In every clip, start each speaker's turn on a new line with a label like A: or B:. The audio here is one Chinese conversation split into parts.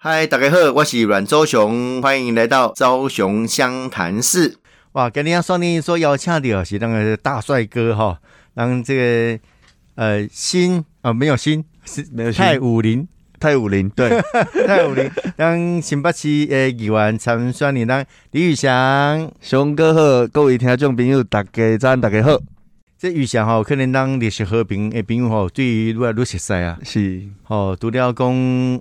A: 嗨，大家好，我是阮周雄，欢迎来到周雄湘潭市。哇，今天算你说邀请的是那个大帅哥哈、让这个呃新啊、没有新是
B: 没有新
A: 泰武林
B: 泰武林对，
A: 泰武林，让新北市的议员参选人让李宇翔，
B: 熊哥好，各位听众朋友，大家赞，大家好，
A: 这宇翔吼、可能让历史和平的朋友吼、对于愈来愈熟悉啊。
B: 是
A: 吼、除了讲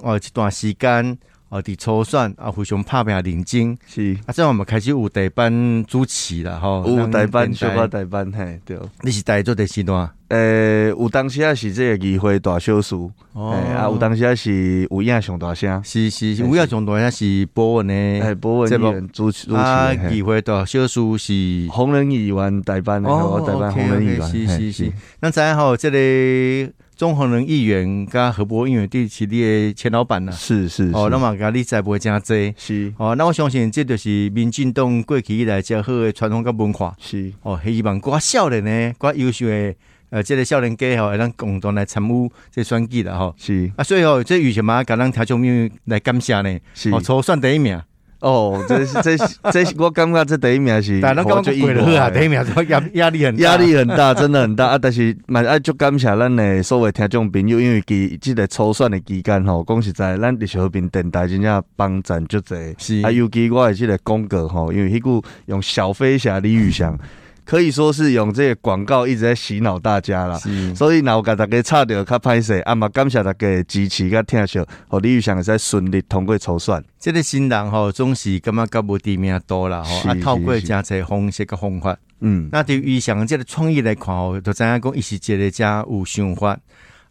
A: 哦，这段时间哦，伫初选啊，非常拍拼认真。
B: 是，
A: 啊，这样我们开始有台班主持啦，吼，
B: 有代班，小
A: 咱
B: 可
A: 电台，
B: 代班嘿，对。
A: 你是台做第四段，
B: 诶，有当时啊是这个议会大小事，
A: 哦
B: 诶啊有当时啊是有影上大声，
A: 是是是，
B: 嘿
A: 有要上大也是波文
B: 诶，
A: 的，
B: 博文
A: 哎这
B: 议
A: 部
B: 员主持主持
A: 啊，
B: 的，嘿
A: 机会的小数是，
B: 红人议员代班的，我代班哦红人议员，
A: 哦是
B: 嘿
A: 是是，，咱知影吼，这个中红人议员甲何博议员，对是你的前老板啦，
B: 是是，
A: 哦，
B: 是
A: 那么甲你栽培真济，
B: 是
A: 哦，那我相信这就是民进党过去以来较好的传统甲文化，
B: 是
A: 哦，希望我少年呢，我优秀的，呃，这个少年家吼，会咱共同来参与这选举啦吼。
B: 是
A: 啊，所以哦，这雨前嘛，甲咱听众朋友来感谢呢，
B: 是
A: 哦，，初选第一名，
B: 哦，这是这是这是我感觉这哦第一名是，
A: 但咱感
B: 我
A: 觉
B: 最
A: 过
B: 意
A: 了好啊，
B: 外的
A: 第一名这 压压力很大
B: 压力很大，真的很大啊！但是嘛，啊，足感谢咱的所有听众朋友，因为其即个初选的期间吼，讲实在，咱伫小平电台真正帮咱足济，
A: 是
B: 啊，尤其我的即个广告吼，因为迄句用小飞侠李宇翔，可以说是用这个广告一直在洗脑大家啦。
A: 是
B: 所以，若有甲大家插着较歹势，啊嘛感谢大家的支持甲听惜，互李宇翔会使顺利通过初选。
A: 这个新人吼、总是感觉较无知名度啦吼，
B: 是
A: 啊，透过
B: 是是
A: 真侪方式甲方法，
B: 嗯，
A: 那对于像这个创意来看吼，就知影讲伊是一个真有想法，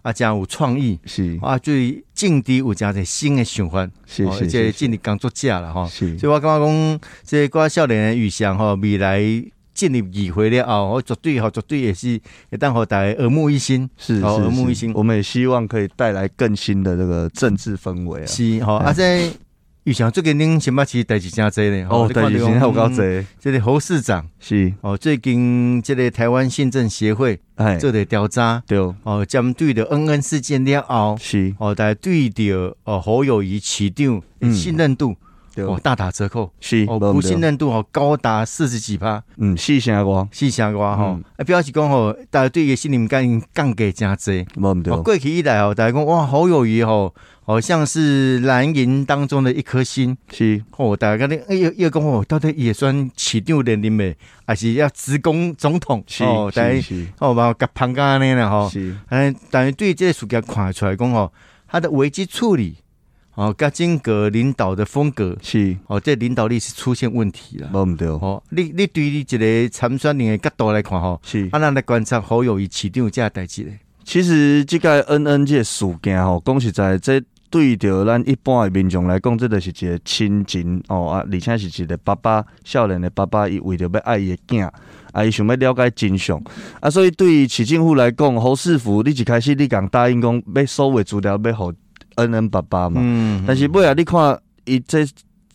A: 啊，真有创意，
B: 是
A: 啊，对政治有真侪新的想法，
B: 是
A: 哦
B: 是
A: 而且
B: 是
A: 政治工作者啦吼。
B: 是
A: 所以我感觉讲，这个少年的预想吼，未来建立议会了后，我绝对吼，绝对也是会当互大家耳目一新，
B: 是
A: 哦耳
B: 是
A: 目一
B: 是
A: 新
B: 我们也希望可以带来更新的这个政治氛围啊。
A: 是吼。 啊，这预想最近恁新北市代志真多咧，
B: 哦，但是真有够
A: 这
B: 济，
A: 嗯这个侯市长
B: 是，
A: 哦，最近这个台湾宪政协会
B: 哎，
A: 做的调查
B: 对，
A: 哦，针对的恩恩事件了后，
B: 是，
A: 哦，大家对着哦侯友谊市长的
B: 嗯
A: 信任度
B: 对，
A: 哦大打折扣，
B: 是，
A: 哦
B: 无毋
A: 不信
B: 对，
A: 任度哦高达四十几趴。
B: 嗯，四声我，
A: 四成外吼
B: 嗯，
A: 啊，表示讲吼，大家对伊的信任感已经降低真济。
B: 无毋
A: 哦，
B: 对，
A: 过去以来吼，大家讲哇，侯友谊吼，好像是蓝营当中的一颗星。
B: 是，
A: 吼、大家咧，哎又又讲吼，到底也算市长连任未，还是要职工总统？
B: 是
A: 哦，，大家
B: 是，是，
A: 哦，把甲旁家安尼啦吼。
B: 是，
A: 哎，但是对这个事件看得出来讲吼，他的危机处理，哦，甲整个领导的风格，
B: 是，
A: 哦，这领导力是出现问题了。
B: 无毋对，
A: 哦，你你对你一个参选人的角度来看吼。
B: 是。
A: 啊，咱来观察好友伊市场这代志咧，
B: 其实即个恩恩这个事件吼，讲实在，这对着咱一般的民众来讲，这就是一个亲情哦啊，而且是一个爸爸，少年的爸爸，伊为着要爱伊的囝，啊，伊想要了解真相啊，所以对于市政府来讲，侯世福，你一开始你共答应讲要所有的资料要互恩恩爸爸嘛，
A: 嗯
B: 但是尾啊，你看伊这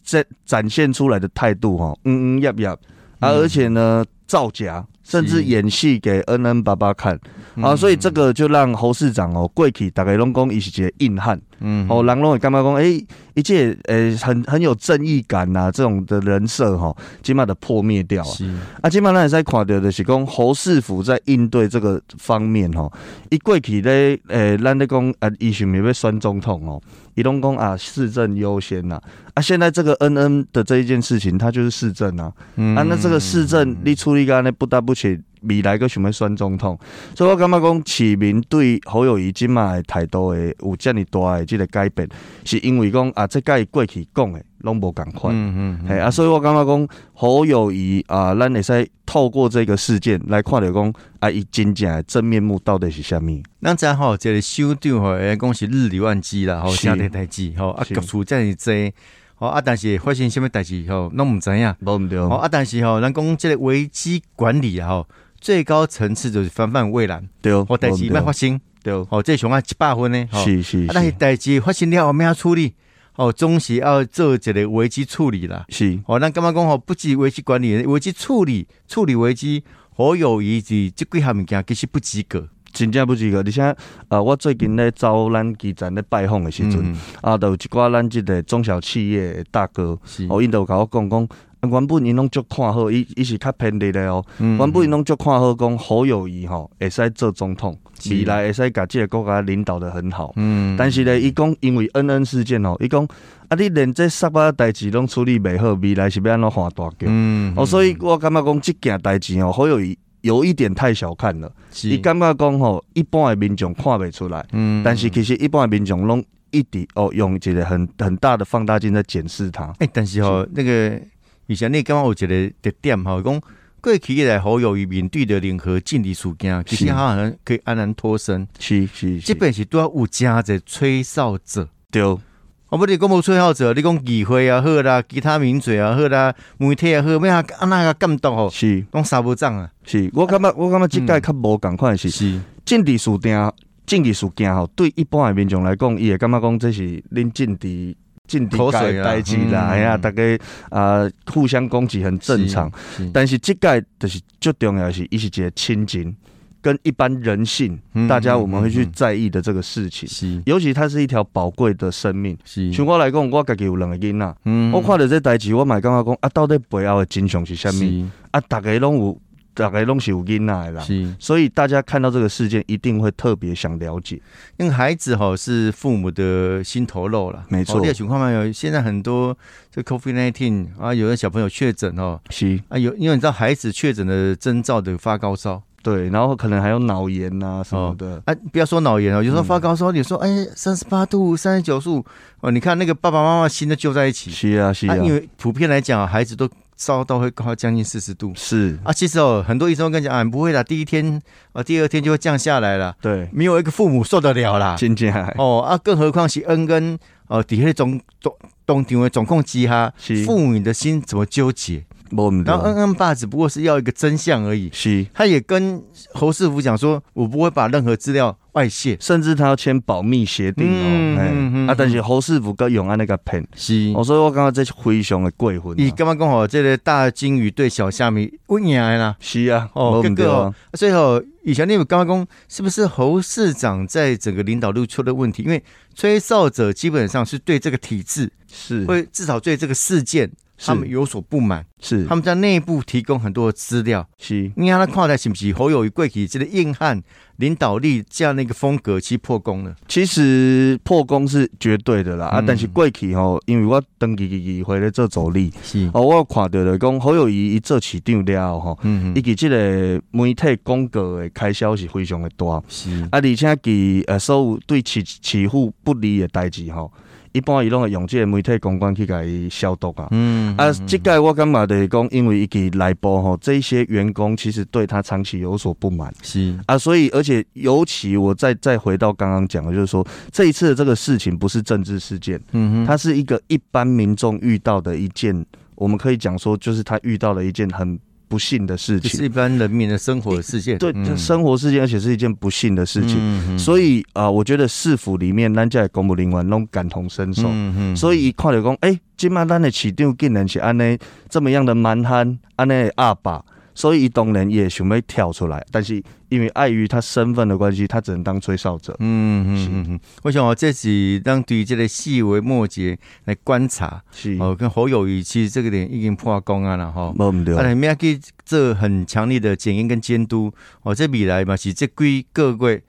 B: 这展现出来的态度吼，嗯嗯呀呀，啊，
A: 嗯
B: 而且呢造假，甚至
A: 是
B: 演戏给恩恩爸爸看
A: 嗯哦
B: 啊，所以这个就让侯市长哦过去大概拢讲伊是一个硬汉，
A: 嗯
B: 哦，人拢会感觉讲，诶、伊这个诶、很很有正义感呐、这种的人设吼，即码的破灭掉啊。
A: 是
B: 啊，即摆咱会使看到的是讲侯世福在应对这个方面吼，伊过去咧，诶、咱咧讲啊，伊是毋是要选总统哦？伊拢讲啊，市政优先呐、啊。现在这个恩恩的这一件事情，它就是市政啊。
A: 嗯
B: 啊，那这个市政你处理干呢，不得不去未来个想要选总统，所以我感觉讲市民对侯友谊即马的态度会有遮尔大的即个改变，是因为讲啊，这甲伊过去讲的拢无共款。
A: 嗯嗯
B: 嘿啊，所以我感觉讲侯友谊啊，咱会使透过这个事件来看着讲啊，伊真正的真面目到底是啥物？
A: 咱知吼，这个首长吼，会讲是日理万机啦，吼，
B: 是
A: 啥代代志吼，啊，
B: 是
A: 各处遮尔济，吼啊，但是发生什么代志吼，拢毋知影，
B: 无毋对，
A: 吼啊，但是吼，咱讲这个危机管理啊吼，最高层次就是防范未然，
B: 对，
A: 吼，代志莫发生，
B: 对，
A: 吼，这上啊一百分呢，吼，
B: 是是
A: 啊，但哦是
B: 是
A: 代志发生了后，咩要处理，吼，总是要做一个危机处理啦。
B: 是
A: 哦，咱感觉讲吼，不止危机管理、危机处理、处理危机，好友谊是即几项物件其实不及格。
B: 真正不及格，而且呃，我最近咧走咱基层咧拜访的时阵，
A: 嗯
B: 啊，就有一寡咱即个中小企业的大哥，
A: 是
B: 哦，因都有甲我讲讲，啊原本因拢足看好，伊伊是较偏利的哦，
A: 嗯
B: 原本因拢足看好讲侯友谊吼，会使做总统，
A: 是
B: 未来会使甲即个国家领导得很好。
A: 嗯
B: 但是咧，伊讲因为恩恩事件哦，伊讲啊，你连这杀巴代志拢处理袂好，未来是要安怎换大桥？
A: 嗯
B: 哦，所以我感觉讲即件代志哦，侯友谊有一点太小看了。伊
A: 嗯是
B: 感觉讲吼，一般的民众看袂出来，
A: 嗯
B: 但是其实一般的民众拢一直哦用一个很很大的放大镜在检视他。
A: 哎、但是吼、那个以前你感觉有一个特点吼，讲过去以来好友伊面对着任何政治事件，其实
B: 是
A: 他好像可以安然脱身。
B: 是是
A: 基
B: 是，
A: 本是拄啊有真侪吹哨者，
B: 对
A: 哦，不，你讲无吹哨者，你讲议会啊好啦，其他民嘴啊好啦，媒体啊好，咩啊安那个监督吼，
B: 是
A: 拢三无涨啊，
B: 是，我感觉我感觉即
A: 嗯
B: 届较无共款的是
A: 是，
B: 政治事件，政治事件吼，对一般的民众来讲，伊会感觉讲这是恁政治。政治
A: 口
B: 界
A: 水
B: 的
A: 啦
B: 代志啦，
A: 嗯
B: 哎呀，大家啊互相攻击很正常。
A: 是
B: 但是这届就是最重要的是，伊是一个亲情跟一般人性，
A: 嗯
B: 大家我们会去
A: 嗯嗯
B: 在意的这个事情。
A: 是
B: 尤其它是一条宝贵的生命。
A: 是
B: 像我来讲，我家己有两个囡仔，
A: 嗯
B: 我看到这代志，我嘛感觉讲啊，到底背后的真相是啥物？
A: 是
B: 啊，大家拢有，大家拢是有囡仔的啦。
A: 是，
B: 所以大家看到这个事件，一定会特别想了解。
A: 因为孩子吼是父母的心头肉了，
B: 没错
A: 哦、你有情况没有？现在很多这 COVID nineteen 啊，有的小朋友确诊哦，
B: 是，
A: 啊，有，因为你知道孩子确诊的征兆的发高烧
B: 对，然后可能还有脑炎啊什么的。
A: 啊，不要说脑炎哦，有时候发高烧，你说哎，三十八度、三十九度哦，你看那个爸爸妈妈心都揪在一起，
B: 是啊，是
A: 啊，
B: 啊，
A: 因为普遍来讲啊，孩子都烧到会高将近四十度
B: 是，
A: 啊。其实哦，很多医生会跟你讲啊，不会啦，第一天啊，第二天就会降下来了，
B: 对，
A: 没有一个父母受得了啦。
B: 真正的
A: 哦啊，更何况是恩跟哦底下总总总场的总控机哈
B: 是，
A: 父母的心怎么纠结？
B: 无毋
A: 然后恩
B: 对，
A: 恩爸只不过是要一个真相而已。
B: 是。
A: 他也跟侯世福讲说，我不会把任何资料外泄。
B: 甚至他要签保密协定
A: 嗯
B: 哦，哎、
A: 嗯嗯嗯
B: 啊，但是侯世福跟永安那个骗，
A: 是
B: 哦，所以我感觉这是非常的过分、
A: 你
B: 啊。
A: 干嘛讲吼？这个大金鱼对小虾米问赢的啦。
B: 是啊，
A: 哦，哥
B: 无毋对
A: 哥哦
B: 啊，，
A: 所以哦，以前你有刚刚讲，是不是侯市长在整个领导路出了问题？因为吹哨者基本上是对这个体制，
B: 是
A: 会至少对这个事件，他们
B: 是
A: 有所不满，
B: 是
A: 他们在内部提供很多的资料。
B: 是
A: 你看他看待是不是侯友谊过去这个硬汉领导力这样的一个风格，其实破功了。
B: 其实破功是绝对的啦，啊
A: 嗯，
B: 但是过去吼，因为我登记记记回来做助理，
A: 是，
B: 哦，我有看到了讲侯友谊伊做市长了吼，
A: 嗯
B: 伊，其即个媒体广告的开销是非常的大，啊，
A: 是。
B: 而且其呃所有对市市府不利的代志吼，一般伊拢会用即个媒体公关去甲伊消毒啊。
A: 嗯
B: 啊，即届我感觉就是讲，因为伊己内部吼，这一些员工其实对他长期有所不满
A: 是
B: 啊，所以而且尤其我再再回到刚刚讲的，就是说这一次的这个事情不是政治事件，
A: 嗯
B: 它是一个一般民众遇到的一件，我们可以讲说就是他遇到了一件很不幸的事
A: 就是
B: 情，
A: 一般人民的生活世界，
B: 对，
A: 嗯
B: 就生活事件，而且是一件不幸的事情，
A: 嗯
B: 所以啊、我觉得市府里面咱家的公务人员拢感同身受。
A: 嗯
B: 所以伊看着讲，诶、即摆咱的市长竟然是安尼这么样的蛮憨，安尼的阿爸，所以伊当然也想要跳出来，但是因为碍于他身份的关系，他只能当吹哨者。
A: 嗯嗯嗯嗯，我想哦，这是咱对这个细微末节来观察
B: 是，
A: 哦，跟侯友谊其实这个点已经破功啊了哈。
B: 无毋
A: 啊，
B: 对，
A: 你们要去做很强烈的检验跟监督哦，这未来嘛是这几个月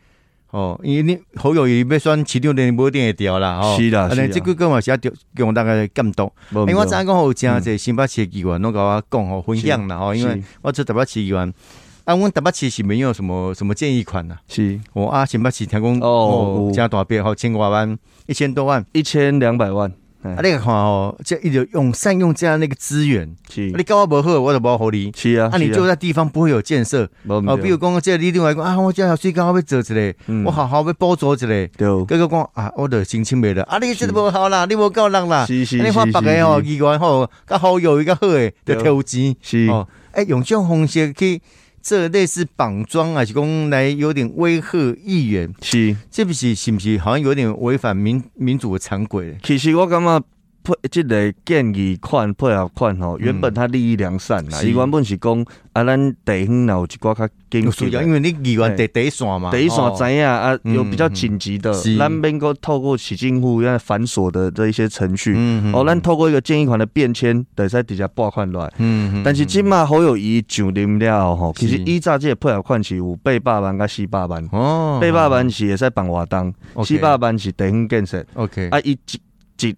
A: 哦，因为你侯友谊要选市长，你无定会调啦哦。
B: 是啦
A: 啊
B: 是啦
A: 这几个月嘛是要调用大家监督。哎
B: 无毋
A: 因为我知
B: 对。
A: 影讲有真侪新北市的议员拢甲我讲吼，分享啦吼，因为
B: 是
A: 我做台北市议员，啊，阮台北市是没有什么什么建议款呐、
B: 是
A: 我啊，新北市听讲
B: 哦
A: 哦，
B: 有
A: 加大笔吼，千外万，一千多万。
B: 一千两百万，
A: 啊，你看哦，这一直用善用这样的一个资源，
B: 是
A: 啊你跟我无好，我就无好你。
B: 是嗯啊，
A: 啊，你就在地方不会有建设
B: 无
A: 哦，
B: 毋
A: 比如
B: 对，
A: 讲，这你另外讲啊，我这条水沟我要做一个，
B: 嗯
A: 我好好要补助一个。
B: 对，
A: 结果讲啊，我就申请袂了，啊，你这都无好啦，你无够人啦。
B: 是是
A: 啊
B: 是
A: 你看别个吼，
B: 是
A: 议员吼，较好友谊较好诶，就
B: 对
A: 抽钱
B: 是
A: 哦。哎，用这种方式去做类似绑桩啊，是讲来有点威吓议员，
B: 是。
A: 这不是是不是好像有点违反民民主的常规？
B: 其实我感觉配即个建议款配合款吼，原本它利益良善啦，
A: 嗯是
B: 伊原本是讲啊，咱地方若有一寡较紧
A: 有
B: 急
A: 需
B: 的
A: 要，因为你议员第第一线嘛，
B: 第一线
A: 哦
B: 知影啊，
A: 嗯
B: 有比较紧急的
A: 嗯是，
B: 咱免够透过市政府那繁琐的这一些程序，
A: 嗯
B: 哦，咱透过一个建议款的变迁，就使直接拨款落来。
A: 嗯
B: 但是即马好友伊上任了后吼，其实
A: 是
B: 伊早即个配合款是有八百万甲四百万，
A: 哦
B: 八百万是会使办活动，四百万是地方建设。
A: ，OK，
B: 啊，伊一一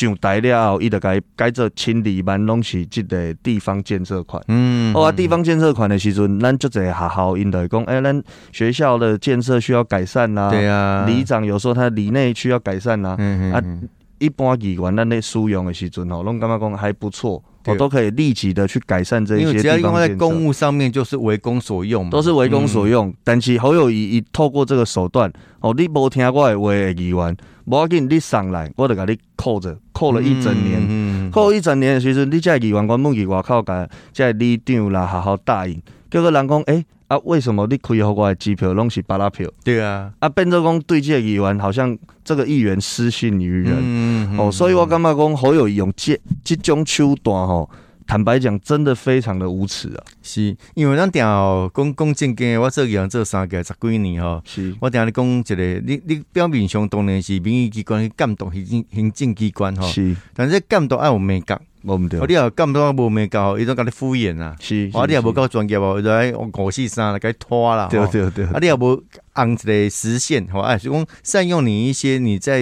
B: 上台了后，伊就改改做千二万拢是即个地方建设款。
A: 嗯
B: 哦啊，地方建设款的时阵，咱足侪学校因就会讲，哎、咱学校的建设需要改善啦、
A: 对啊，
B: 里长有时候他里内需要改善啦、
A: 嗯
B: 啊
A: 嗯
B: 一般议员咱咧使用的时阵吼，拢感觉讲还不错，我、
A: 对
B: 哦、都可以立即的去改善这
A: 嗯
B: 一
A: 因为
B: 些
A: 只要
B: 地
A: 用
B: 方
A: 在
B: 建
A: 公
B: 设。
A: 务上面，就是为公所用嘛，嗯
B: 都是为公所用，但是侯友谊伊透过这个手段，哦，你无听我的话的议员，无要紧，你上来，我就甲你扣着，扣了一整年，
A: 嗯嗯嗯
B: 过一整年的时阵，你这个议员原本伫外口甲这个里长啦好好答应，结果人讲，诶、啊，为什么你开互我的支票拢是巴拉票？
A: 对啊，
B: 啊，变做讲对这个议员好像这个议员失信于人、
A: 嗯
B: 哦，所以我感觉讲侯友谊用这这种手段吼、坦白讲，真的非常的无耻啊！
A: 是因为咱定哦，讲讲正经的，我做样做三个十几年吼。
B: 是
A: 我定咧讲一个，你你表面上当然是民意机关去监督行政行政机关吼，
B: 哦是，
A: 但是监督爱有美感，
B: 无毋对
A: 哦，，你若监督无美感吼，伊都甲你敷衍啊，
B: 是，
A: 哦，
B: 是
A: 你也无
B: 是
A: 够专业哦，伊就爱五四三来甲你拖啦，
B: 对
A: 吼
B: 对对，
A: 啊，你也无按一个实现，吼，哎，所以讲善用你一些你在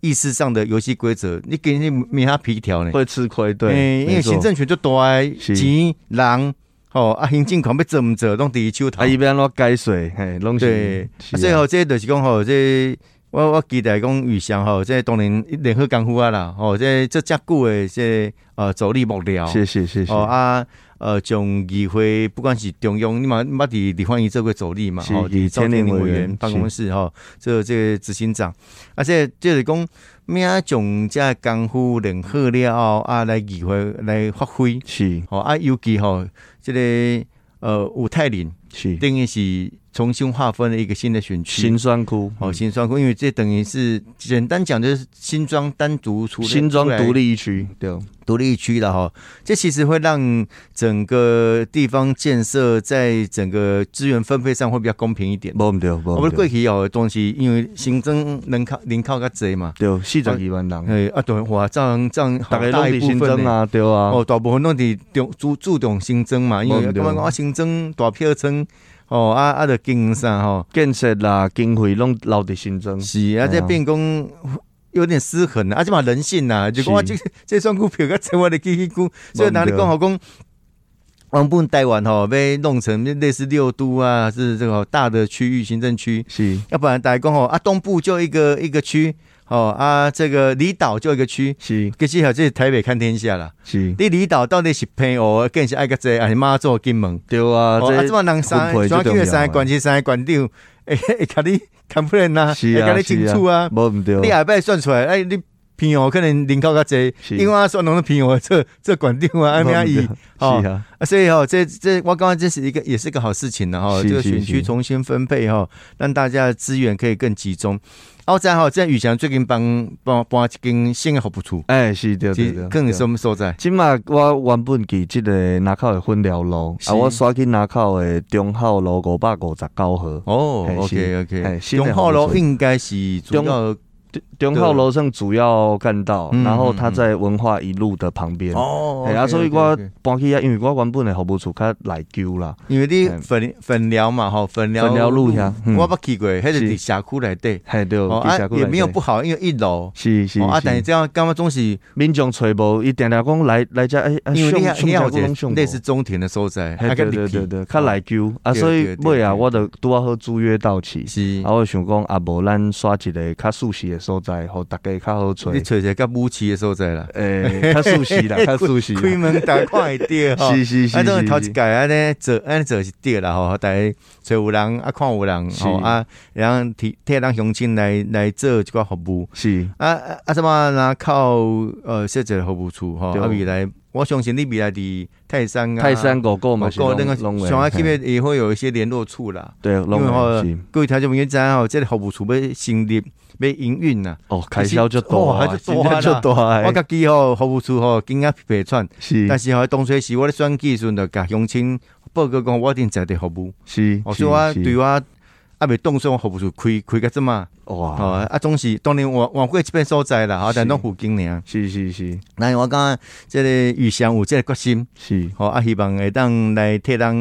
A: 意识上的游戏规则，你给你没他皮条呢。
B: 会吃亏，
A: 欸
B: 对，
A: 因为
B: 没错
A: 行政权就大的，
B: 是
A: 钱人，吼啊，行政权要做毋做，拢伫伊手头
B: 啊，。伊要安怎改水，嘿，拢
A: 对
B: 是，，
A: 啊所以吼，这就是讲吼，这我我期待讲雨翔吼，这当然联合功夫啊啦，吼，这这遮久的这呃助力幕僚，
B: 谢谢谢谢，
A: 哦啊，呃，从议会不管是中央，你嘛你捌伫李焕英做过助理嘛，
B: 是
A: 吼，伫
B: 是
A: 赵天
B: 天
A: 林
B: 林
A: 委
B: 委员
A: 员办公室吼，这这个执行长，啊，这就是讲，咩啊，从这功夫练好了后啊，来议会来发挥，
B: 是
A: 吼啊，尤其吼，这个呃，武泰林
B: 是
A: 等于是重新划分了一个新的选区。
B: 辛酸哭，
A: 哦，新庄因为这等于是简单讲，就是新庄单独出
B: 新庄
A: 出来
B: 独立区，对，
A: 独立区了哈，这其实会让整个地方建设在整个资源分配上会比较公平一点。
B: 无毋对，无
A: 我
B: 毋
A: 们过
B: 对，
A: 去有的东西，因为行政人口人口较济嘛，
B: 对，四十二万人，
A: 诶啊，对，哇，这样这样
B: 嗯大
A: 好
B: 家拢
A: 哦大一
B: 伫
A: 部
B: 新
A: 分
B: 增
A: 呢。
B: 啊，对啊，
A: 哦，大部分拢伫重注注重新增嘛，因为
B: 对
A: 感觉讲啊新增大票仓，哦啊啊，着经营啥吼，
B: 建设啦，经费拢留伫新增，
A: 是啊，这
B: 对啊
A: 变讲有点失衡啊，啊，即嘛人性呐，就讲啊，这
B: 是
A: 这双股票甲千万的起起 股，所以哪里讲好讲，原本台湾吼被弄成类似六都啊，是这个大的区域行政区，
B: 是
A: 要不然大家讲吼啊，东部就一个一个区，吼啊，这个离岛就一个区。
B: 是
A: 其实啊，这是台北看天下啦。
B: 是，
A: 你离岛到底是偏哦，更是爱个济，还是妈祖金门？
B: 对啊，
A: 哦，啊，这
B: 这
A: 么人三
B: 分
A: 个，
B: 配最
A: 专区
B: 重
A: 的
B: 要
A: 三个管区三个管长， 会会甲你 complain 啊，
B: 是
A: 会
B: 啊
A: 甲你清楚啊。
B: 无毋
A: 你
B: 对，
A: 下摆算出来，哎，你平哦可能人口较济，
B: 是
A: 因为我算拢是平哦，这 这管长啊，安尼啊
B: 无
A: 伊
B: 毋对
A: 哦
B: 是啊，
A: 啊，所以哦，这这我刚刚这是一个也是个好事情了哈、哦，
B: 是
A: 这个
B: 是
A: 选
B: 是
A: 区重新分配哈、哦，让大家的资源可以更集中。啊，我知哈、哦，这宇翔最近帮帮帮一间新的服务处，
B: 哎，是对
A: 是
B: 对对，
A: 更
B: 对
A: 什么所在？
B: 即马我原本伫即个南口的分寮路，
A: 是
B: 啊，我刷去南口的中孝路五百五十九号。
A: 哦
B: 嘿
A: ，OK
B: 是
A: OK，
B: 嘿新的
A: 中
B: 服务
A: 号楼
B: 处
A: 应该是主
B: 中
A: 要
B: 中孝楼上主要干道，
A: 嗯
B: 然后它在文化一路的旁边。
A: 哦
B: 哎啊，
A: OK，
B: 所以
A: OK，
B: 我
A: OK
B: 搬去啊，因为我原本的服务处较内旧啦，
A: 因为你
B: 嗯
A: 粉粉寮嘛，吼，粉寮
B: 粉寮路遐嗯
A: 我捌去过，迄是
B: 是
A: 伫社区内底，
B: 嘿对，
A: 哦
B: 底
A: 啊
B: 下过来
A: 也没有
B: 对
A: 不好，因为一楼，
B: 是是
A: 哦啊，但是
B: 是，
A: 这样感觉总是
B: 民众揣无，伊定定讲来来遮哎，
A: 因为你看你看有
B: 讲
A: 一个类似中庭的所在，
B: 嘿
A: 啊
B: 对
A: 较
B: 对
A: 立体
B: 对对，较内旧啊，
A: 对
B: 所
A: 对对
B: 以尾啊，
A: 对
B: 我就拄啊好租约到期，
A: 是
B: 啊，，我想讲啊，无咱刷一个较熟悉的所在，互大家较好找
A: 你。找一个较武器的所在啦，
B: 诶，较熟悉 啦，较熟悉啦。
A: 开门打开对吼。
B: 是是是
A: 啊，当然头一
B: 是
A: 届安尼做安尼做是对啦吼，大家找有人啊，看有人吼
B: 是
A: 啊，然后替替咱乡亲来来做一寡服务。
B: 是
A: 啊啊啊！什么若靠呃，设置服务处吼，
B: 对
A: 啊未来，我相信你未来伫泰山啊，
B: 泰山狗狗嘛，
A: 我
B: 是
A: 个那个
B: 拢
A: 上海
B: 会
A: 这边也会有一些联络处啦。
B: 对，
A: 因
B: 拢
A: 为
B: 会
A: 吼
B: 是，
A: 各位听众朋友知影吼，这个服务处要成立，要营运呐。
B: 哦，开销就大
A: 哇
B: 啊，
A: 还是大啊
B: 真的就大啊。欸
A: 我家己吼服务处吼，囡仔皮皮喘，
B: 是
A: 但是吼当初时我咧选技术，就甲乡亲报告讲，我一定在地服务。
B: 是
A: 哦，
B: 是
A: 所以我
B: 是
A: 对我啊未动手，我服务处开开个即嘛。
B: 哇，
A: 哦，啊总是当然换换过一片所在啦，吼，哦但
B: 是
A: 拢附近尔。
B: 是是是
A: 那我感觉即个玉祥有即个决心，
B: 是
A: 吼啊希望会当来替咱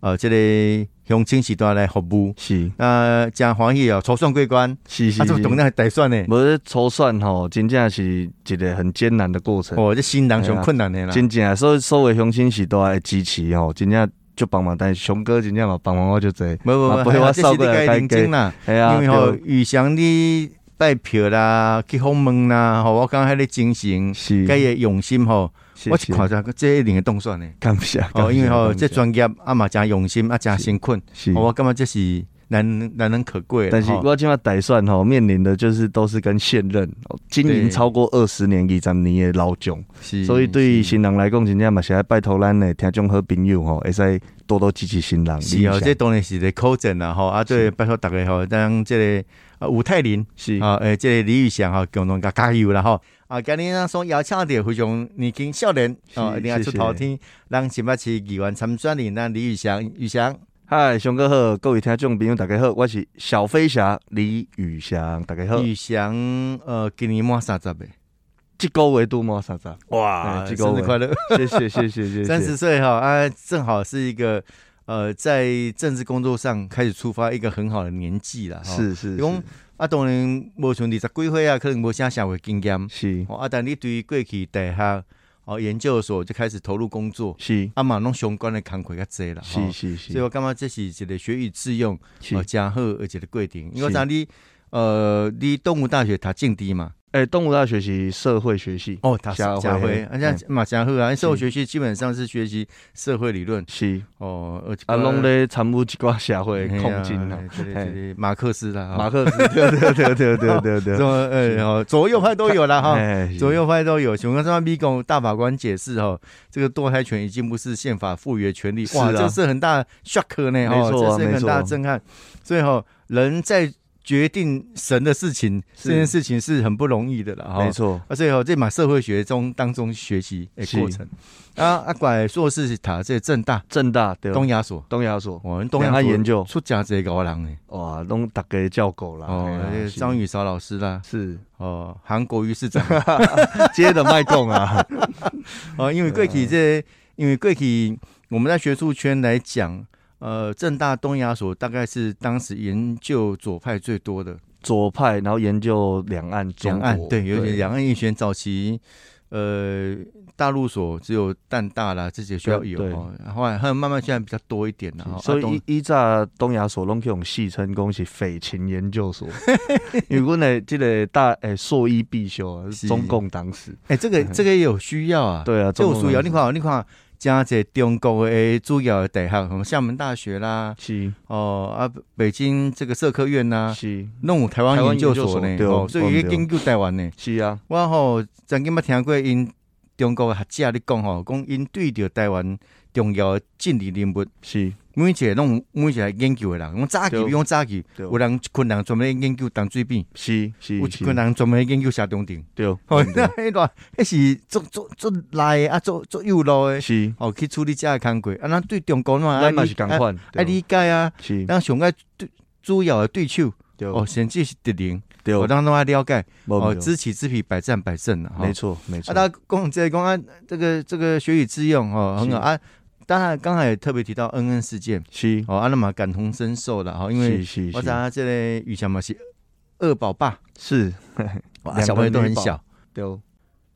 A: 呃即个乡亲时代来服务。
B: 是
A: 那诚欢喜哦，初选过关，
B: 是
A: 啊，
B: 是
A: 这
B: 是。
A: 当然大选呢。
B: 无咧筹算吼，真正是一个很艰难的过程，
A: 哦，这新人上
B: 哎呀
A: 困难的啦。
B: 真正所以所有乡亲时代的支持吼，真正就帮忙，但是熊哥真正嘛帮忙我就多，
A: 无无无，
B: 啊不会
A: 哎呀
B: 我
A: 这是
B: 扫
A: 你
B: 过来
A: 该认
B: 该
A: 真啦。
B: 哎
A: 因
B: 呀，
A: 为吼
B: 对，
A: 玉祥你拜票啦，去访问啦，吼，我感觉迄个精神，
B: 是，
A: 甲伊的用心吼，
B: 是
A: 我
B: 是
A: 是看出来这一定会当选的。
B: 感谢，
A: 哦，
B: 感
A: 因为
B: 谢
A: 吼，
B: 感
A: 这
B: 谢
A: 专业啊嘛，诚用心啊，诚辛苦，
B: 是
A: 哦我感觉这是难难能可贵的。
B: 但是
A: 吼
B: 我今麦打算吼，面临的就是都是跟现任哦经
A: 对
B: 营超过二十年、二十年的老将，
A: 是
B: 所以对于
A: 是
B: 新人来讲，真正嘛是爱拜托咱的听众好朋友吼，会使多多支持新人。
A: 是哦，
B: 理想
A: 这当然是一个考证啦吼，啊，对，
B: 是
A: 拜托大家吼，当这个啊吴泰林
B: 是
A: 啊，诶，这个李宇翔吼，共同加加油啦吼。啊，今日咱所邀请到非常年轻少年哦，
B: 是
A: 一定要
B: 谢
A: 出
B: 谢
A: 头天，咱新北市议员参选人咱李宇翔，宇翔，
B: 嗨，熊哥好，各位听众朋友大家好，我是小飞侠李宇翔，大家好。
A: 宇翔，呃，今年满三十诶，
B: 这个月度满三十，
A: 哇
B: 哎这个
A: 生日
B: 我
A: 快乐！
B: 谢谢谢谢谢谢。
A: 三十岁哈啊，正好是一个呃，在政治工作上开始出发一个很好的年纪了哈。
B: 是是
A: 讲啊，当然无像二十几岁啊，可能无啥社会经验。
B: 是
A: 哦啊，但你对于过去大学哦研究所就开始投入工作，
B: 是
A: 啊嘛，拢相关的工课较济啦。
B: 是
A: 吼
B: 是
A: 所以
B: 是
A: 我感觉这是一个学以致用，哦，
B: 是。
A: 真好而且的过程。因为我
B: 是
A: 知道你呃，你东吴大学读政治嘛，
B: 哎，动物大学习社会学系
A: 哦，读
B: 社
A: 社
B: 会
A: 会，啊，这样嘛真好啊。因为社会学
B: 是
A: 系基本上是学习社会理论。
B: 是
A: 哦，而且
B: 啊，拢咧参与一寡社会的
A: 控
B: 控
A: 制
B: 金
A: 啦
B: 啦。，
A: 对对
B: 嘿
A: 对，马克思啦，
B: 马克思，啊 对对对对对对
A: 思，
B: 对
A: 什，么呃，哦左右派都有啦哈，
B: 哎
A: 左右派都有。熊刚刚咪跟大法官解释哈，这个堕胎权已经不是宪法赋予的权利，哇，
B: 是啊
A: 这是很大的 shock 呢，
B: 没错
A: 哦，
B: 啊
A: 这是很大的
B: 没错
A: 震撼。所以哈，人在决定神的事情，
B: 是
A: 这件事情是很不容易的啦，哈
B: 没。错，
A: 啊，所以哦，这嘛社会学中当中学习的过程，啊啊，拐硕士是读这个正大
B: 正大对
A: 东亚所，
B: 东亚所，
A: 我们东亚
B: 两
A: 所
B: 岸研究
A: 出家这个人呢。
B: 哇，拢大家叫狗啦，
A: 哦，
B: 哎
A: 那
B: 呀
A: 个张雨韶老师啦，
B: 是
A: 哦，韩国瑜市长
B: 是接着卖供啊，
A: 哦，因为过去这，因为过去我们在学术圈来讲，呃，正大东亚所大概是当时研究左派最多的
B: 左派，然后研究两岸中
A: 两
B: 国，
A: 岸，对，尤其两岸议选早期，呃，大陆所只有淡大啦这些学校有
B: 对，
A: 哦，后来还有慢慢现在比较多一点了，哦
B: 所
A: 啊
B: 以
A: 东
B: 伊伊早东亚所拢去用戏称讲是匪情研 究所，因为阮的即个大诶硕一必修啊，
A: 是
B: 中共党史，
A: 哎，这个这个也有需要啊，
B: 对啊，
A: 这有
B: 中共
A: 需要，
B: 党
A: 你
B: 史
A: 看，你看。加在中国的主要的大学，什么厦门大学啦，
B: 是
A: 哦啊，北京这个社科院呐、
B: 是
A: 弄有台湾研究所呢
B: 台湾研究所，对
A: 哦，所以伊
B: 对
A: 研究台湾呢。
B: 是啊，
A: 我吼、曾经捌听过因中国的学者咧讲吼，讲因对着台湾重要的政治人物，
B: 是
A: 每一个拢有每一个研究的人，讲早期
B: 对哦
A: 比讲早期，
B: 对
A: 有人一群人专门咧研究糖水饼，
B: 是是
A: 有一
B: 是
A: 群啊人专门咧研究下中庭。
B: 对，
A: 吼、
B: 真
A: 那
B: 的
A: 迄段迄是做做做来的啊，做做右路的，
B: 是，
A: 哦去处理遮的工 作。啊，咱对中国嘛，
B: 咱嘛是共
A: 爱
B: 款，
A: 爱
B: 对哦
A: 理解啊。
B: 是
A: 咱上个对主要的对手
B: 对
A: 哦，甚至是敌人，
B: 对，
A: 我当中爱了解
B: 无
A: 哦，
B: 毋对
A: 知己知彼，百战百胜了哈
B: 没。错没错
A: 啊，，大家讲这个讲啊，这个这个学以致用哦，很好啊。当然，刚才也特别提到恩恩事件
B: 是
A: 哦，啊，那么感同身受了哈，因为
B: 是是
A: 我
B: 是
A: 知道这个宇翔嘛是二宝爸，
B: 是，
A: 哇，
B: 两个
A: 小朋友都很
B: 女宝
A: 小
B: 对，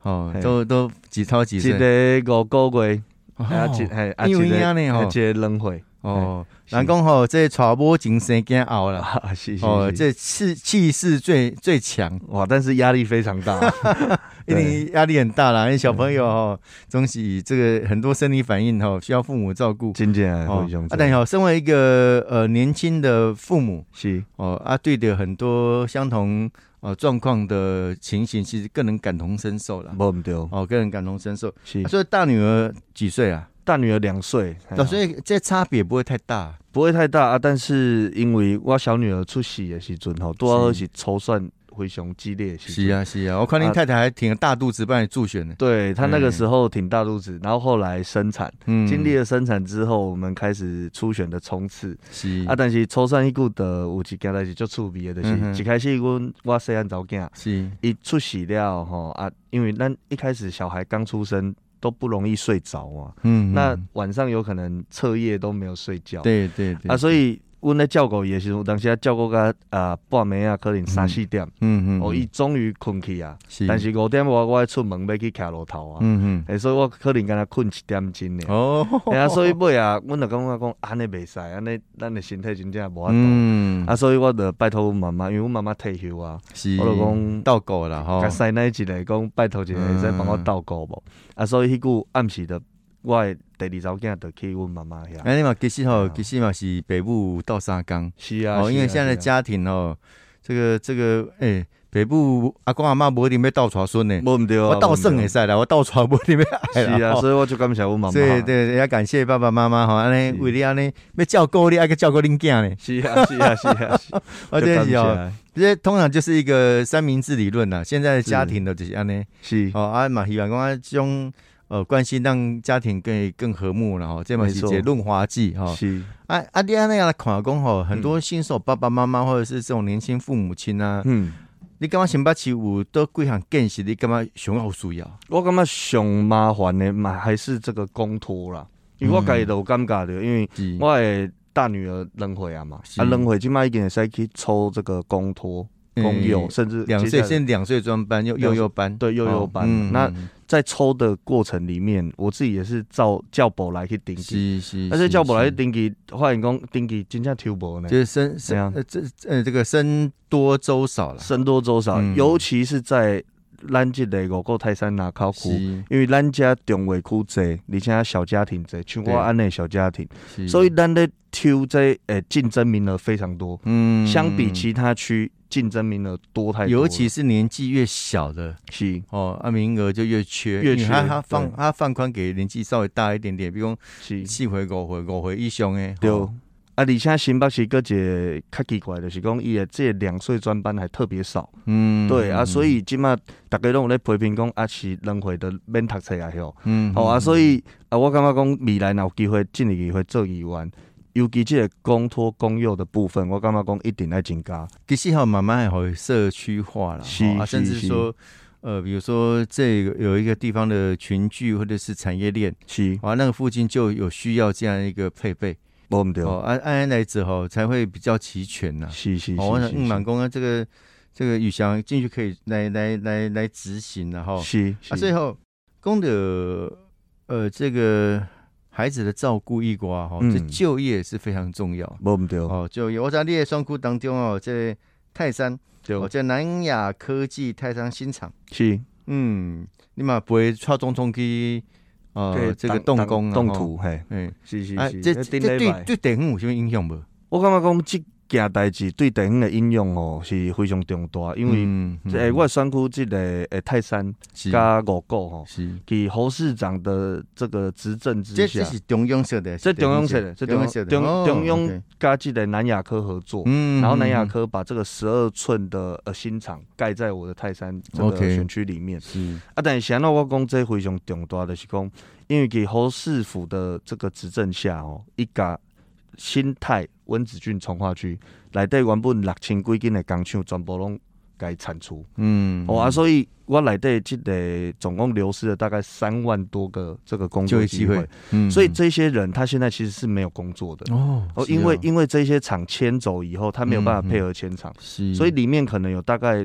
A: 哦，
B: 嘿
A: 都都几超几岁，
B: 一个五个月，
A: 哦
B: 啊一嘿啊一
A: 因为这样
B: 个
A: 呢
B: 啊
A: 吼
B: 一个两岁，
A: 哦，
B: 是
A: 人讲吼，这娶某前生惊后啦，
B: 啊是是
A: 哦，
B: 是，
A: 这气气势最最强。
B: 哇，但是压力非常大，
A: 一
B: 对嗯
A: 定压力很大啦，因为小朋友哦，总是这个很多生理反应哦，需要父母照顾。
B: 真正
A: 哦
B: 非常，
A: 啊，但
B: 是
A: 是哦，身为一个呃年轻的父母
B: 是
A: 哦，啊，对的很多相同呃状况的情形，其实更能感同身受啦。
B: 无毋对，
A: 哦，更能感同身受。
B: 嗯是
A: 啊所以大女儿几岁啊？
B: 大女儿两岁，哎嘿
A: 哦，所以这差别不会太大。
B: 不会太大啊，但是因为我小女儿出世的时阵吼，拄好
A: 是
B: 是抽算。非常激烈的时
A: 是
B: 阵。
A: 啊是啊，我看您
B: 啊
A: 太太还挺大肚子帮你助选呢。
B: 对他那个时候挺大肚子，然后后来生产，
A: 嗯
B: 经历了生产之后，我们开始初选的冲刺。
A: 是
B: 啊，但是初三迄久的有一件代志足趣味的，就
A: 嗯哼
B: 是一开始阮我细汉查某囝，
A: 是
B: 伊出世了吼啊，因为咱一开始小孩刚出生都不容易睡着啊嘛，
A: 嗯，
B: 那
A: 嗯
B: 晚上有可能彻夜都没有睡觉，
A: 对对对
B: 啊，所以阮咧照顾伊的时候，有当时啊照顾到啊半暝啊，可能三四点，
A: 嗯嗯
B: 哦，伊终于困去啊，
A: 是
B: 但是五点外我要出门要去徛路头啊，
A: 嗯
B: 诶，所以我可能敢若困一点 钟尔。
A: 哦，
B: 哎呀，所以尾啊，阮就感觉讲安尼袂使，安尼咱的身体真正无法度。
A: 嗯
B: 啊，所以我就拜托阮妈妈，因为阮妈妈退休啊，
A: 是
B: 我就讲
A: 到狗了哈
B: 甲，师奶一个讲拜托一个，
A: 嗯
B: 会使帮我斗顾无？啊，所以迄句暗时的，我的第二查某囝就去阮妈妈遐。
A: 哎你嘛其实吼
B: 啊
A: 其实嘛是北部到沙冈
B: 是啊，
A: 哦，因为
B: 是啊
A: 现在的
B: 是啊
A: 家庭哦，这个这个哎北部阿公阿妈不一定要倒传孙呢，
B: 无毋对啊，
A: 我倒算
B: 无
A: 会
B: 毋
A: 使啦，我倒传不一定要爱
B: 对
A: 啦
B: 是啊，
A: 吼
B: 所以我就感谢阮妈妈。
A: 对，对，要感谢爸爸妈妈吼，安尼
B: 是
A: 为你安尼要照顾你，爱个照顾恁囝呢。
B: 是 啊，是啊，是啊，是啊
A: 而且是
B: 就
A: 哦，
B: 感
A: 这通常就是一个三明治理论啦。现在的家庭的就是安尼
B: 谢是
A: 哦，啊嘛希望讲啊这种呃关系让家庭更更和睦了吼，这嘛是一
B: 没
A: 个
B: 错
A: 润滑剂吼。
B: 是
A: 啊啊，你安尼来看讲吼，很多新手爸爸妈妈或者是这种年轻父母亲啊，
B: 嗯。
A: 你感觉新北市有多几项建设，你感觉上有需要？
B: 我感觉上麻烦的嘛还是这个公托啦，因为我家己都有感觉着，因为
A: 是
B: 我的大女儿两岁啊嘛，
A: 是
B: 啊两岁即摆已经会使去抽这个公托、公幼，
A: 嗯
B: 甚至
A: 两
B: 接
A: 岁，
B: 下来
A: 现在两岁专班，幼幼幼班，
B: 对幼幼班
A: 哦嗯
B: 那
A: 嗯
B: 在抽的过程里面，我自己也是照教保来去登记，
A: 是是，
B: 而且教保来
A: 是
B: 去登记，发现讲登记真正抽无呢
A: 就，是生
B: 怎
A: 生
B: 样
A: 呃这呃这个生多粥少了，
B: 僧多粥少，
A: 嗯
B: 尤其是在咱即个五股泰山那口区。
A: 是
B: 因为咱遮中卫区侪，而且小家庭侪，像
A: 对
B: 我安尼的小家庭，
A: 是，
B: 所以咱咧抽这诶竞争名额非常多，
A: 嗯
B: 相比其他区竞争名额多太多了。
A: 尤其是年纪越小的
B: 是
A: 哦，啊名额就越缺，
B: 越缺
A: 因为他他
B: 对
A: 放他放宽给年纪稍微大一点点，比如
B: 是
A: 讲，四回五回五回以上的，
B: 对。
A: 哦
B: 啊，而且新北市搁一个较奇怪，就是讲伊的这两岁专班还特别少，
A: 嗯
B: 对啊，所以即马大家拢有咧批评讲啊是两岁都免读册啊，吼，
A: 嗯
B: 吼啊，所
A: 以
B: 以啊，我感觉讲未来若有机会，尽力机会做议员，尤其这个公托公幼的部分，我感觉讲一定要增加。
A: 其实好慢慢会社区化了，
B: 是
A: 哦啊，
B: 是
A: 甚至
B: 是
A: 说。呃，比如说这个有一个地方的群聚或者是产业链，
B: 是，
A: 啊，那个附近就有需要这样一个配备，
B: 无毋对，
A: 哦，按按按来走吼，才会比较齐全呐、
B: 是是是
A: 哦，我想
B: 是
A: 嗯，满工啊，这个这个宇翔进去可以来来来来执行了哈。
B: 是
A: 啊，
B: 是，
A: 最后公的呃这个孩子的照顾一瓜哈，这
B: 嗯
A: 就业是非常重要。
B: 无毋对，
A: 哦，就业，我在列双窟当中哦，这泰山，
B: 对
A: 哦，这南亚科技泰山新厂，
B: 是
A: 嗯，你嘛不会差中中去呃
B: 对
A: 这个
B: 动
A: 动工啊，
B: 动
A: 吼，
B: 土嘿，
A: 嗯，
B: 是是
A: 啊，
B: 是，
A: 这
B: 那
A: 这
B: 顶
A: 对
B: 礼
A: 对
B: 拜
A: 对地方有什么影响无？
B: 我感觉讲即件代志对地方的影响哦是非常重大，因为
A: 嗯嗯
B: 诶，我的选区即个诶泰山
A: 是
B: 加五股吼，
A: 是，
B: 伫侯市长的这个执政之
A: 这
B: 下
A: 这，是中央设的，
B: 啊这
A: 是
B: 中央设的，这中央
A: 设的，
B: 中
A: 哦
B: 中央
A: OK
B: 加即个南亚科合作。
A: 嗯
B: 然后南亚科把这个十二寸的呃新厂盖在我的泰山这个
A: OK
B: 选区里面，
A: 嗯是
B: 啊，但是安怎我讲这非常重大的是讲，因为伫侯市府的这个执政下哦，伊甲新泰、温子郡、从化区内底原本六千几间的工厂全部拢该铲除，
A: 嗯
B: 哦啊，所以我内底即个总共流失了大概三万多个这个工
A: 就
B: 作
A: 业
B: 机
A: 机
B: 会
A: 会，，嗯
B: 所以这些人他现在其实是没有工作的。
A: 哦
B: 哦，
A: 是
B: 因为
A: 啊嗯
B: 因为这些厂迁走以后，他没有办法配合迁厂，
A: 是
B: 所以里面可能有大概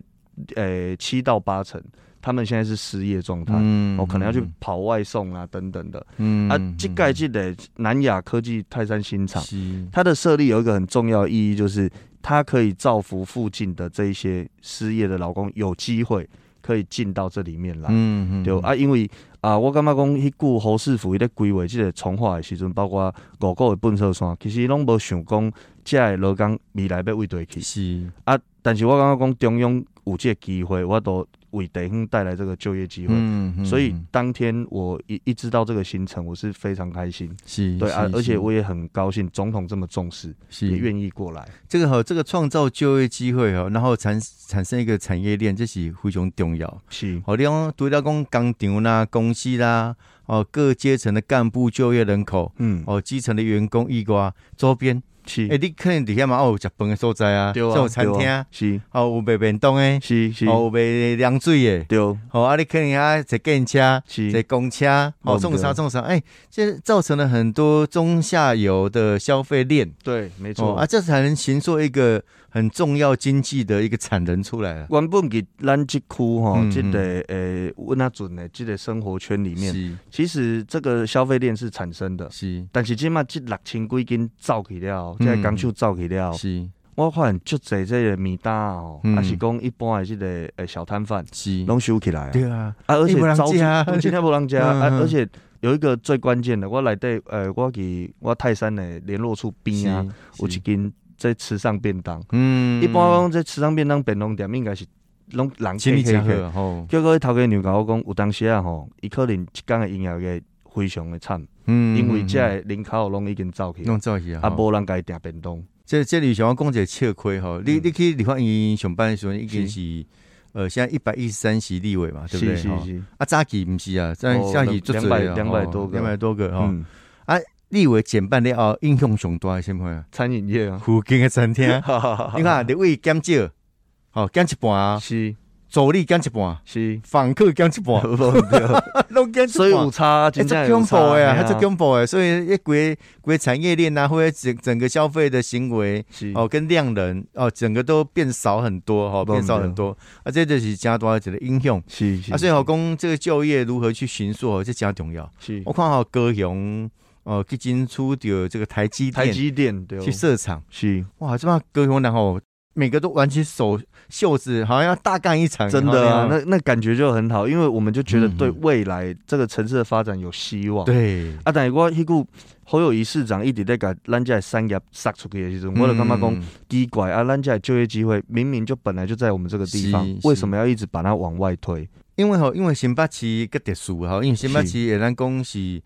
B: 呃七到八成，他们现在是失业状态。
A: 嗯
B: 哦，可能要去跑外送啊等等的。
A: 嗯
B: 啊，这盖这的南亚科技泰山新厂，
A: 是
B: 它的设立有一个很重要的意义，就是它可以造福附近的这一些失业的劳工，有机会可以进到这里面来。
A: 嗯嗯
B: 对啊，因为啊，我感觉讲迄久侯世福伊咧规划即个从化的时阵，包括五股的粪扫山，其实拢无想讲遮个劳工未来要为倒去
A: 是
B: 啊。但是我感觉讲中央有即个机会，我都为地方带来这个就业机会。
A: 嗯，嗯
B: 所以
A: 嗯
B: 当天我一一知道这个行程，我是非常开心，
A: 是，
B: 对啊
A: 嗯是，
B: 而且
A: 是
B: 我也很高兴，总统这么重视，
A: 是
B: 也愿意过来。
A: 这个哈，这个创造就业机会哦，然后产产生一个产业链，这是非常重要。
B: 是，
A: 好，你讲除了讲工厂啦、公司啦，哦，各阶层的干部就业人口，
B: 嗯，
A: 哦，基层的员工以外，周边，
B: 是
A: 诶、，你可能底下嘛，哦，有食饭的所在啊，
B: 对啊，
A: 像有餐厅
B: 对
A: 啊
B: 啊，，是
A: 哦，有卖便当的，
B: 是是，
A: 哦，有卖凉水的，
B: 对，
A: 哦，啊，你可能啊坐电车。
B: 是
A: 在公车，哦，
B: 弄
A: 种啥
B: 得
A: 种啥，哎、这造成了很多中下游的消费链，
B: 对，没错
A: 哦啊，。这才能形塑一个很重要经济的一个产能出来了。啊
B: 原本伫咱即区吼
A: 嗯，
B: 即个呃诶，阮那阵的即个生活圈里面，
A: 是
B: 其实这个消费链是产生的。
A: 是
B: 但是即马即六千几斤走去了，
A: 嗯
B: 即个工厂走去了，
A: 是
B: 我发现足侪即个面单哦，
A: 嗯
B: 还是讲一般的即个诶小摊贩
A: 是，
B: 拢收起来啊。
A: 对啊，
B: 啊，而且
A: 你没人
B: 招
A: 吃啊
B: 今天无人家，
A: 嗯
B: 啊
A: 嗯，
B: 而且有一个最关键的，我内底诶，我伫我泰山的联络处
A: 是
B: 边啊，有一
A: 是
B: 间在池上便当。
A: 嗯
B: 一般讲这池上便当便当店应该是拢人
A: 请你
B: 客
A: 吃
B: 客客
A: 喝吼，
B: 结果迄头家娘甲我讲，有当时啊吼，伊可能一工的营业额非常的惨，
A: 嗯
B: 因为遮的人口拢已经走去，
A: 弄造起啊
B: 啊，。无人甲伊订便当。
A: 这这里想要讲一个吃亏吼，你
B: 嗯
A: 你去立法院上班的时候，已经是呃现在一百一十三席立委嘛，对不对？
B: 是
A: 吼
B: 是是，
A: 啊，早期不是啊，早
B: 哦
A: 早期
B: 两百
A: 两
B: 两百多个
A: 两百多个啊吼。
B: 嗯，
A: 立委减半了后，影响上大的什么？
B: 餐饮业啊，
A: 附近的餐厅， 你
B: 你
A: 看立委减少，吼减一半啊，
B: 是
A: 助理减一半，
B: 是，
A: 访客减一 半，
B: 无对，
A: 拢减一半。
B: 所以有差啊，
A: 哎，
B: 真正
A: 这
B: 有
A: 恐怖
B: 差
A: 诶，
B: 嘿
A: 啊，
B: 啊
A: 这恐怖诶，所以一规规产业链啊，或者整整个消费的行为
B: 是
A: 哦，跟量能哦，整个都变少很多哈、哦，
B: 对
A: 变少很多，啊，这就是加多一个影响
B: 是是
A: 啊，所以我讲这个就业如何去寻溯，哦这加重要。
B: 是
A: 我看好高雄哦，去进出的这个台积
B: 台
A: 电
B: 积电对哦，
A: 去设厂，
B: 是
A: 哇，这帮高雄人哦，每个都挽起手袖子，好像要大干一场，
B: 真的啊，
A: 好像
B: 那那感觉就很好，因为我们就觉得
A: 嗯
B: 对
A: 嗯
B: 未来这个城市的发展有希望。
A: 对，
B: 啊，但是我迄久侯友谊市长一直在甲咱遮的产业杀出去的时阵，我就感觉讲
A: 嗯
B: 奇怪啊，咱遮的就业机会明明就本来就在我们这个地方
A: 是，是
B: 为什么要一直把它往外推？
A: 因为吼，因为新北市个特殊吼，因为新北市也咱讲是，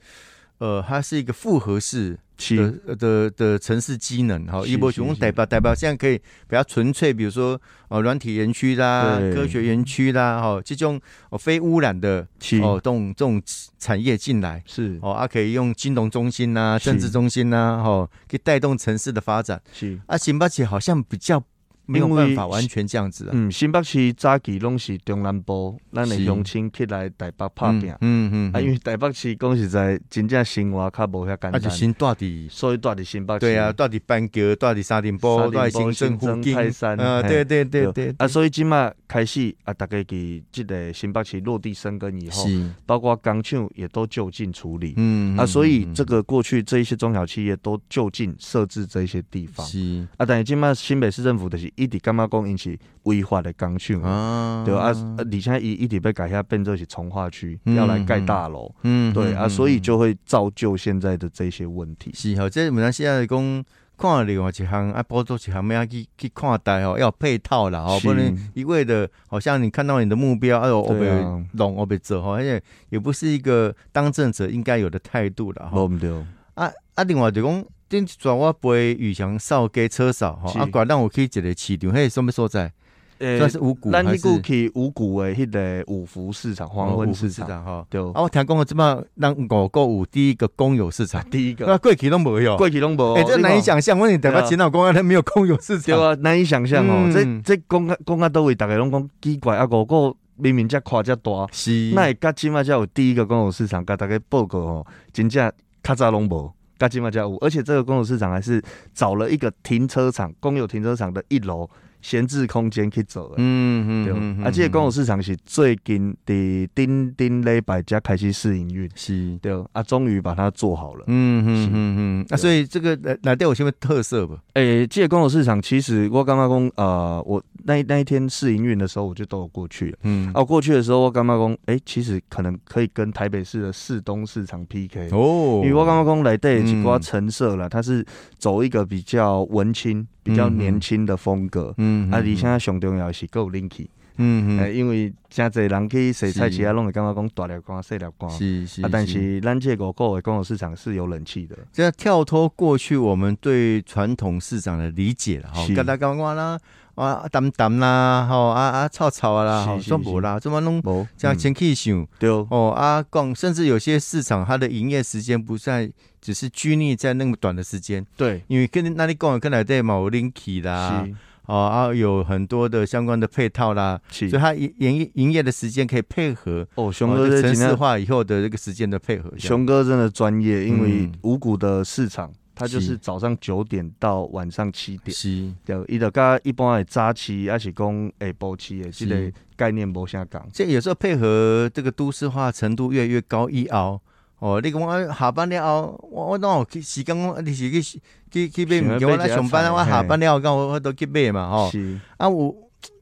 A: 呃，它是一个复合式的
B: 是
A: 的的的城市机能哈，
B: 是
A: 一波熊
B: 是
A: 代表代表现在可以比较纯粹，比如说呃软体园区啦、
B: 对
A: 科学园区啦，哈、这种哦非污染的
B: 是
A: 哦这种这种产业进来。
B: 是
A: 哦，啊，可以用金融中心呐、
B: 是
A: 政治中心呐、哦，可以带动城市的发展。
B: 是，
A: 啊，新北市好像比较没有
B: 因为
A: 办法完全这样子啊。
B: 嗯，新北市早期拢是中南部，咱的
A: 是
B: 乡亲起来台北拍拼，
A: 嗯嗯，嗯
B: 啊，因为台北市讲实在真正生活较无遐简
A: 啊就
B: 单，
A: 先到底
B: 所以住伫新北市。
A: 对啊，到底板桥，到底沙田
B: 沙
A: 埔，
B: 田
A: 到底
B: 埔
A: 行政
B: 新
A: 附
B: 增
A: 近，
B: 泰山
A: 呃，对
B: 嘿
A: 对对对，
B: 啊，所以即马开始啊，大家伫即个新北市落地生根以后，
A: 是，
B: 包括工厂也都就近处理、
A: 嗯
B: 啊，所以这
A: 个
B: 个过去这一些中小企业都就近设置这一些地方
A: 是
B: 啊，但是即马新北市政府就是一直感觉讲因是违法的工厂、
A: 啊，
B: 对啊，啊，而且伊一直被改下变作是从化区，
A: 嗯
B: 要来盖大楼，
A: 嗯
B: 对啊，所以
A: 嗯
B: 就会造就现在的这些问题。
A: 是吼，这我们现在讲。看另外一项啊，包做一项，要去去看待哦，要有配套啦哦，
B: 是
A: 不能一味的，好像你看到你的目标，哎呦，我被
B: 对啊
A: 弄，我被做哈，而且也不是一个当政者应该有的态度啦。吼
B: 无毋对，
A: 啊啊，另外就讲，顶一阵我陪宇翔少给车少吼，
B: 是
A: 啊，管咱有去一个市场，迄是什么所在？
B: 诶
A: 算是五股
B: 呃咱
A: 还
B: 迄
A: 是
B: 久去五股的迄个五福市场、黄昏哦市场，
A: 场吼？
B: 对，
A: 啊，我听讲即摆咱五个有第一个公有市场，啊
B: 第一个
A: 那过去都没有。
B: 过去拢无，
A: 哎，这
B: 你
A: 难以
B: 看
A: 想象，问你台北
B: 对啊
A: 前老公安他没有公有市
B: 对
A: 场，
B: 啊，难以想象哦。
A: 嗯
B: 这这讲啊讲啊，到位，大家拢讲奇怪啊，五个明明才跨遮大，
A: 是
B: 那甲即马才有第一个公有市场，甲大家报告哦，真正较早拢无，甲即马才有，而且这个公有市场还是找了一个停车场，公有停车场的一楼闲置空间去做的。
A: 嗯
B: 对，
A: 嗯，
B: 啊，这个公有
A: 市
B: 市场是最近伫顶顶礼拜才开始试营运，
A: 是，
B: 对，啊，终于把它做好了。
A: 嗯嗯
B: 是
A: 嗯嗯，啊，
B: 对
A: 所以这个哪哪有什么特色吧？
B: 诶、这个公有市场其实我感觉讲，呃，我那一那一天试营运的时候，我就都有过去了。
A: 嗯
B: 啊，我过去的时候，我感觉讲，诶、其实可能可以跟台北市的市东市场 PK，、
A: 哦
B: 因为我感觉讲来对几挂
A: 嗯
B: 陈设啦，它是走一个比较文青、比较
A: 嗯嗯
B: 年轻的风格。啊
A: 嗯
B: 啊，而且上重要的是够 linky，
A: 嗯
B: 诶，
A: 嗯，
B: 因为诚侪人去洗菜市
A: 是
B: 啊，拢会感觉讲大粒干、细粒干，啊，
A: 是是，
B: 但是咱这个个的公有市场是有冷气的，
A: 这跳脱过去我们对传统市场的理解了哈，
B: 是
A: 跟他讲话啦，啊淡淡啦，吼啊啊吵吵啊啦，
B: 是
A: 吼
B: 是
A: 全无啦，怎么弄？
B: 无
A: 这样
B: 嗯
A: 先去想
B: 对，
A: 哦啊，讲甚至有些市场它的营业时间不在，只是拘泥在那么短的时间，
B: 对，
A: 因为跟那里讲跟来对嘛，有 linky 啦，
B: 是
A: 哦啊有很多的相关的配套啦，所以
B: 是，
A: 它营营业营业的时间可以配合
B: 哦，熊
A: 哦
B: 哥
A: 这
B: 这
A: 城
B: 真
A: 市
B: 的，
A: 化以后的这个时间的配合。这样
B: 熊哥真的专业，因为
A: 嗯
B: 五股的市场，它就是是早上九点到晚上七点。
A: 是
B: 对，伊就甲一般的早市，还是讲下晡市的即
A: 是
B: 个概念无啥共。
A: 这有时候配合这个都市化程度越来越高以后，哦，你讲我下班了后，我我哪有去时间我你是去去去买物件，我
B: 想
A: 来
B: 要买一下
A: 上班啊，
B: 菜
A: 我下班了后，我我都去买嘛，吼、
B: 是
A: 啊，我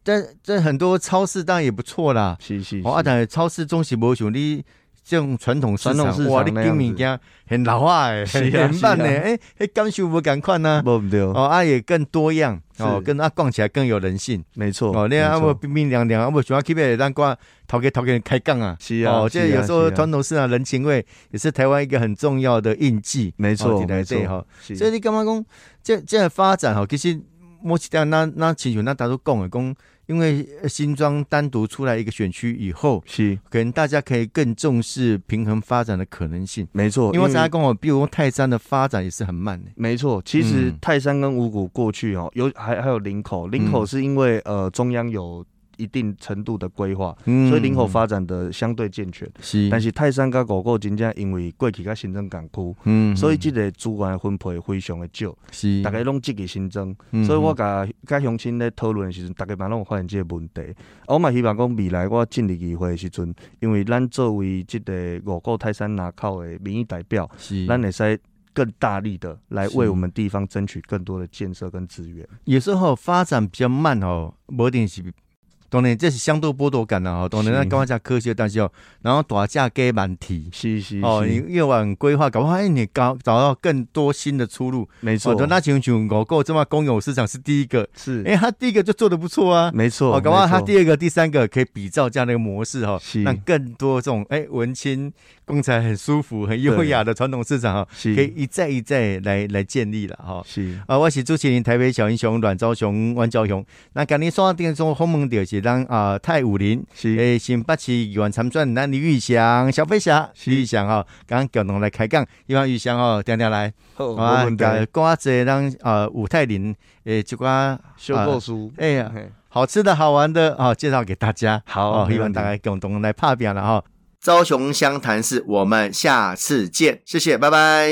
A: 这这很多超市当然也不错啦，
B: 是是，
A: 哦，啊，
B: 是
A: 但是超市总是无像你这种传统市
B: 传统
A: 场，
B: 市
A: 哇，你
B: 场那样
A: 买物
B: 子
A: 件很老化诶，
B: 是啊
A: 很
B: 是
A: 慢
B: 啊
A: 诶，诶，迄感受无共款啊，
B: 无毋对，
A: 哦，啊也更多样，哦，
B: 是
A: 跟啊逛起来更有人性。
B: 没错。
A: 哦，你
B: 没
A: 啊，
B: 错
A: 我冰冰凉凉，啊，我喜欢去买咱挂头家头家开杠啊。
B: 是啊
A: 哦，
B: 是
A: 这
B: 啊
A: 有时候
B: 是啊
A: 传统市场人情味也是台湾一个很重要的印记。
B: 没
A: 哦
B: 错
A: 在内
B: 没
A: 底
B: 错，
A: 吼，
B: 是
A: 所以你感觉讲，这这个发展吼，其实我是当那那亲像咱大都讲的讲，因为呃新庄单独出来一个选区以后，
B: 是
A: 可能大家可以更重视平衡发展的可能性。
B: 没错，
A: 哦因为大家跟我，比如说泰山的发展也是很慢的。
B: 没错，其实
A: 嗯
B: 泰山跟五股过去哦，有还还有林口，林口
A: 嗯
B: 是因为呃中央有一定程度的规划，
A: 嗯
B: 所以林口发展的相对健全。
A: 是，
B: 但是泰山甲五股真正因为过去甲新增港区，
A: 嗯
B: 所以即个资源的分配非常的少，
A: 是
B: 大家拢积极新增。
A: 嗯
B: 所以我甲甲乡亲咧讨论的时阵，逐个嘛拢有发现即个问题。啊我嘛希望讲未来我进入议会的时阵，因为咱作为即个五股泰山拿口的民意代表，
A: 是
B: 咱会使更大力的来为
A: 是
B: 我们地方争取更多的建设跟资源。
A: 有时候发展比较慢哦，无一定是当然这是相对剥夺感啦吼，当然
B: 是
A: 咱刚刚讲科学，但是哦，然后大价给蛮提
B: 是是
A: 哦，你越晚规划，搞不好哎，你搞找到更多新的出路。
B: 没错，
A: 哦那像像我购这么公有市场是第一个，
B: 是
A: 哎，他第一个就做的不错啊。
B: 没错，
A: 哦，搞不好他
B: 没错
A: 第二个、第三个可以比照这样的一个模式哈、哦，
B: 是
A: 让更多这种哎文青、供才很舒服、很优雅的传统市场哈、哦，可以
B: 是
A: 一再一再来来建立了哈、哦。
B: 是
A: 啊，我是主持人台北小英雄阮昭雄、阮昭雄。那今日线顶中访问到是咱啊、呃泰武林
B: 是
A: 诶新北市议员参选咱李玉祥、小飞侠、李玉祥吼，刚刚共同来开讲，希望玉祥吼定定来，
B: 好，
A: 我
B: 我们
A: 甲
B: 的
A: 挂者咱啊武泰林诶即寡
B: 修
A: 啊
B: 购书，
A: 哎呀
B: 嘿
A: 好吃的好玩的啊、哦介绍给大家。
B: 好
A: 哦，
B: 没
A: 希望
B: 问题
A: 大家共同来拍拼了哈、哦。昭雄湘潭市，我们下次见，谢谢，拜拜。